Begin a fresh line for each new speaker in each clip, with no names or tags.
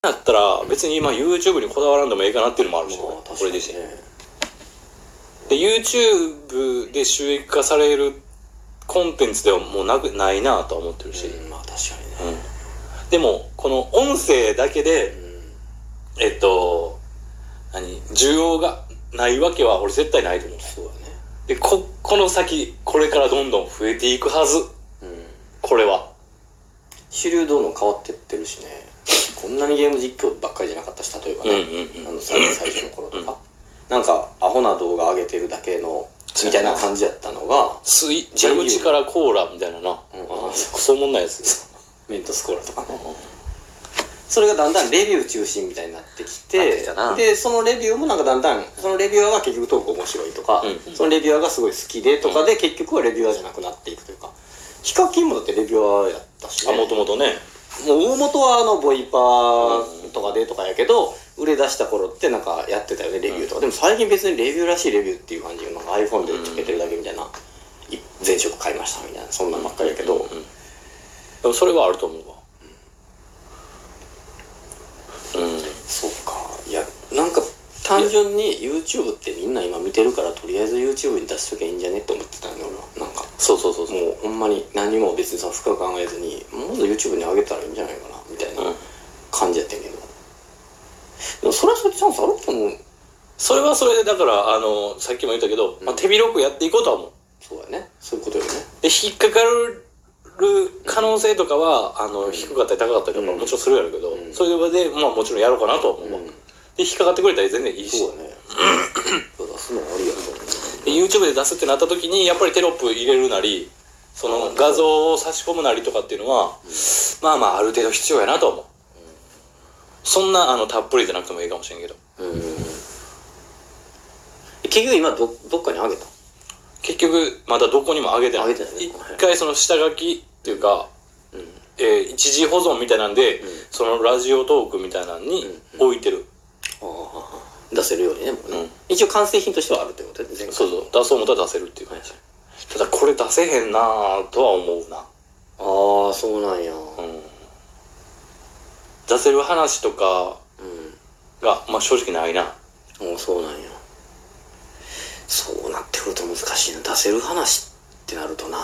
やったら別に今 YouTube にこだわらんでもええかなっていうのもあるし、
まあ
こ
確か
れ
にね
自身で YouTube で収益化されるコンテンツではもうなくないなとは思ってるし、
うんまあ確か
う
に
ん
ね
でもこの音声だけで
うん
えっと何需要がないわけは俺絶対ないと思う
そうだね
でここの先これからどんどん増えていくはず
うん
これは
主流どんどん変わってってるしねこんなにゲーム実況ばっかりじゃなかったし例えばね、
うんうんうん
あのさ最初の頃とか、なんかアホな動画上げてるだけのみたいな感じやったのが
つい蛇口からコーラみたいなな、
うん
クソもんないやつ
メントスコーラとかねそれがだんだんレビュー中心みたいになっ
な
てき
っててきたな
でそのレビューもなんかだんだんそのレビュアーは結局トーク面白いとか、
うんうん
そのレビュアーがすごい好きでとかで、結局はレビュアーじゃなくなっていくというかヒカキンもだってレビュアーやったし、
あ
ね、
もともとね
もう大元はあのボイパーとかでとかやけど、売れ出した頃ってなんかやってたよねレビューとか、でも最近別にレビューらしいレビューっていう感じなんか iPhone でつけてるだけみたいな、い前職買いましたみたいなそんなんばっかりやけど、
うんでもそれはあると思うわうん
そうかいやなんか単純に YouTube ってみんな今見てるからとりあえず YouTube に出しときゃいいんじゃねって思ってたのよ俺はなんか
そうそうそうそう
もうほんまに何も別にその深く考えずにまず YouTube に上げたらいいんじゃないかなみたいな
うん
感じやったけど、でもそれはそれでチャンスあると思う
それはそれでだからあのさっきも言ったけど、まあ、手広くやっていこうとは思う
そうだねそういうことよね
で引っかかる可能性とかはあの低かったり高かったりとか
うん
もちろんするやろうけど、
うん
それで、まあ、もちろんやろうかなとは思うわ、
うん
で引っかかってくれたら全然いいし
そうだねそうだ出すのもありやと思う
で YouTube で出すってなった時にやっぱりテロップ入れるなりその画像を差し込むなりとかっていうのは、まあまあある程度必要やなとは思う、そんなあのたっぷりじゃなくてもいいかもしれんけど
うん結局今どどっかに上げた
結局まだどこにも上げてない
上げてないね
一回その下書きっていうか、
うん
えー一時保存みたいなんで、
ん
そのラジオトークみたいなのに置いてる、
出せるようにねもうね、
うん
一応完成品としてはあるってことで全
そうそう出そう思ったら出せるっていう感じ、ただこれ出せへんなぁとは思うな
ああそうなんや
うん出せる話とか
う
が、まあ、正直ないな。
んもうそうなんやそうなってくると難しいな出せる話ってなるとな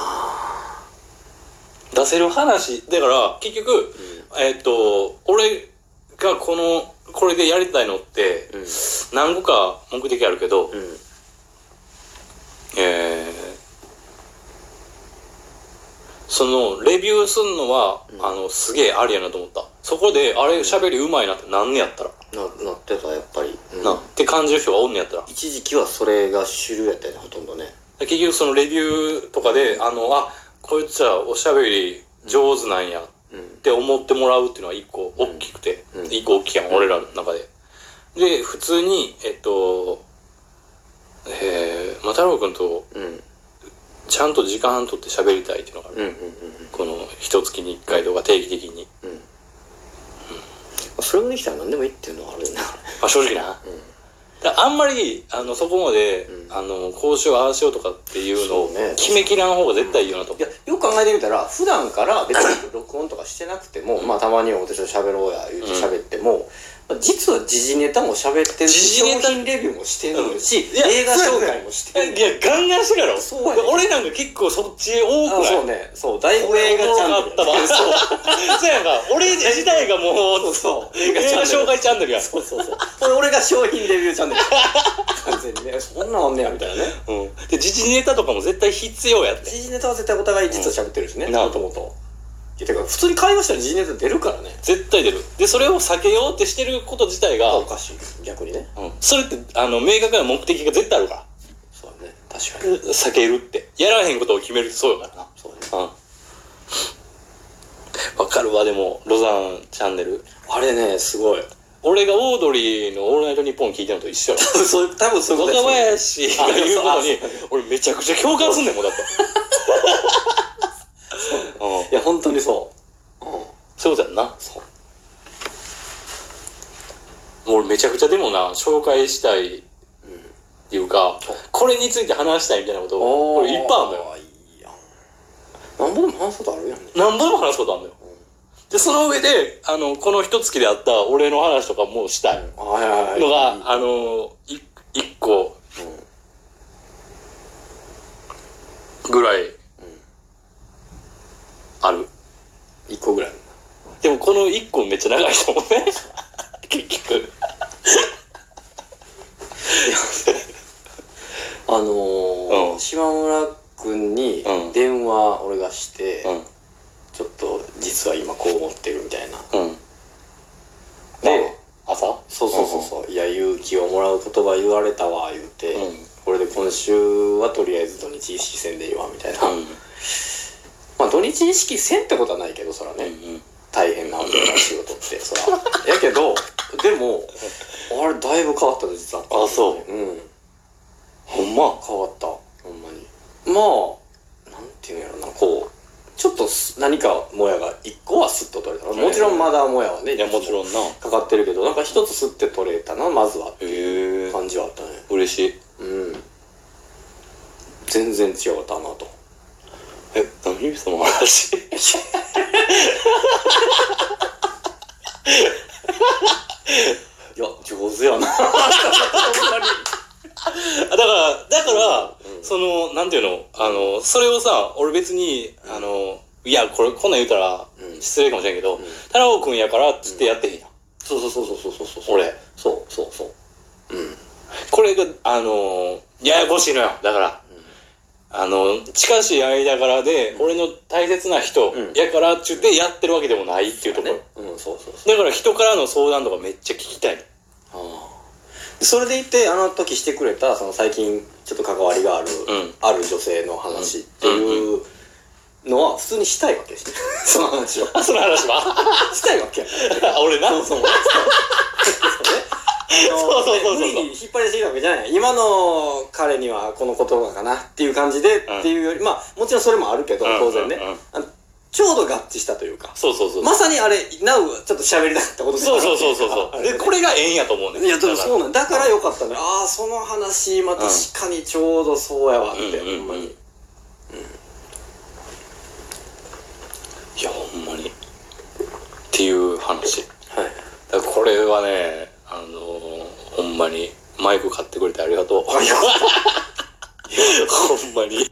出せる話、だから、結局、えーっと、俺がこの、これでやりたいのって、
うん
何個か目的あるけど、
うん
えーその、レビューすんのは、あの、すげえありやなと思った。そこで、あれ喋りうまいなってなんねやったら、
ななってたやっぱり、うん
な、って感じる人がおんねやったら。
一時期はそれが主流やったよねほとんどね
結局そのレビューとかで、あの、あ、こいつらおしゃべり上手なんや
うん
って思ってもらうっていうのは一個大きくて、
うん
一個大きいやん、俺らの中で。で、普通に、えっと、えー、またろうくんと
うん
ちゃんと時間取って喋りたいっていうのがある。
うんうん
この、一月に一回とか定期的に。
うんうんそれができたら何でもいいっていうのはあるよね
まあ正直な。だからあんまり、あの、そこまで、
うん
あの、こうしよう、ああしようとかっていうのを
そうね
決めきらん方が絶対いいよなと
い
思
やよく考えてみたら普段から別 に録音とかしてなくても、まあたまには私と喋ろうや言うて喋っても、まあ実は時事ネタも喋ってるし
時事ネタ
商品レビューもしてるし、
いや
映画紹介もしてる
う。いや、ガンガンしてるやろ。
そうやね
俺なんか結構そっち多
あ
くない
そうねそうだいぶ
俺
映
が
画
ち
チャ
ゃん
ン
っ
ネ
たわ。
ルや
そう。そうやんか。俺自体がもう、
そう
映画紹介チャンネルや。
そうそうそうこれ俺が商品レビューチャンネル完全にねそんなんあんねやみたいなね
うん。で、時事ネタとかも絶対必要やって。
時事ネタは絶対お互い実は喋ってるしね
うん
もともといやてか普通に会話したら時事ネタ出るからね
絶対出る。で、それを避けようってしてること自体が、
お
うん。
かしい逆にね
それって、あの、明確な目的が絶対あるから。
そうだね確かに
避けるって。やらへんことを決めるってそうやからな。
そうだね
うん。わかるわ、でも、ロザンチャンネル。
あれね、すごい。
俺がオードリーの「オールナイトニッポン」聞いてるのと一緒やろ
そう多分そういうこと
若
です
林が言うことに俺めちゃくちゃ共感すんねんもんだってうん
いや、本当にそう。うん。
そういうことやんな
そう。
もう俺めちゃくちゃでもな紹介したいっていうかこれについて話したいみたいなこと
お
こ
ー
れいっぱいあるのよ
いいやん。なんぼでも話すことあるやんね。
何ぼでも話すことあるのよで、その上で、あの、この一月であった俺の話とかもしたい
はいはいはい
のが、あの、い一個ぐらいある。
うん、1個ぐらい
でもこの一個めっちゃ長いと思う ね。結局。
あのー
うん
島村君に
うん
電話俺がして、
う
ちょっと実は今こう思ってるみたいな。
ん。うん。
で、
朝
そうそうそうそう、いや、勇気をもらう言葉言われたわ、言うて、
うん
これで今週はとりあえず土日意識せんでいいわ、みたいな。
うん。
まあ土日意識せんってことはないけど、そらね、
うん。
大変なわけだから仕事って、そら。 やけど、でも、あれだいぶ変わったの、実は。。
あそう
うん。
ほんま。
変わったほんまにまあなんていうんやろなこうちょっとす何かもやが一個はスッと取れたなもちろんまだもやはね
いや、もちろんな。
かかってるけどなんか一つスッて取れたなまずは
へえ。
感じはあったね
嬉しい。
うん全然違うたなと
え、何その話。
いや上手やな
あだから、だから、
うん
その、なんていうの、あの、それをさ、俺別に、あの、いや、これ、こんなん言うたら
うん、
失礼かもしれんけど、
うん
太郎くんやから、つってやってへんやん。
そうそうそうそうそうそうそう
俺。
そうそうそううん
これが、あの、ややこしいのよ。だから、あの、近しい間柄で、俺の大切な人
うん
やから、っちゅってやってるわけでもないっていうところ。
うん、うん、そうそうそう
だから人からの相談とかめっちゃ聞きたい。
それでいてあの時してくれたその最近ちょっと関わりがある、
うん
ある女性の話っていううのは普通にしたいわけですね その話を
あ、その話は
したいわけやから
あ俺な。
そうそうそう
そうそうそうそう
無理に引っ張りすぎたわけじゃない今の彼にはこの言葉かなっていう感じで、
うん
っていうよりまあもちろんそれもあるけど
うん
当然ね、
うんうん
あのちょうど合致したというか
そうそうそう。
まさにあれ NOW はちょっと喋りたかったこと
そうそうそうそう そう。で、これが縁やと思うねん。
いやでもそう
う
なんだからよかったねああその話まあ
ん
確かにちょうどそうやわって、
うんうんうん
ほんまに
いや、ほんまに。っていう話。
はい
だからこれはね、あの ーほんまに、マイク買ってくれてありがとう。ほんまに。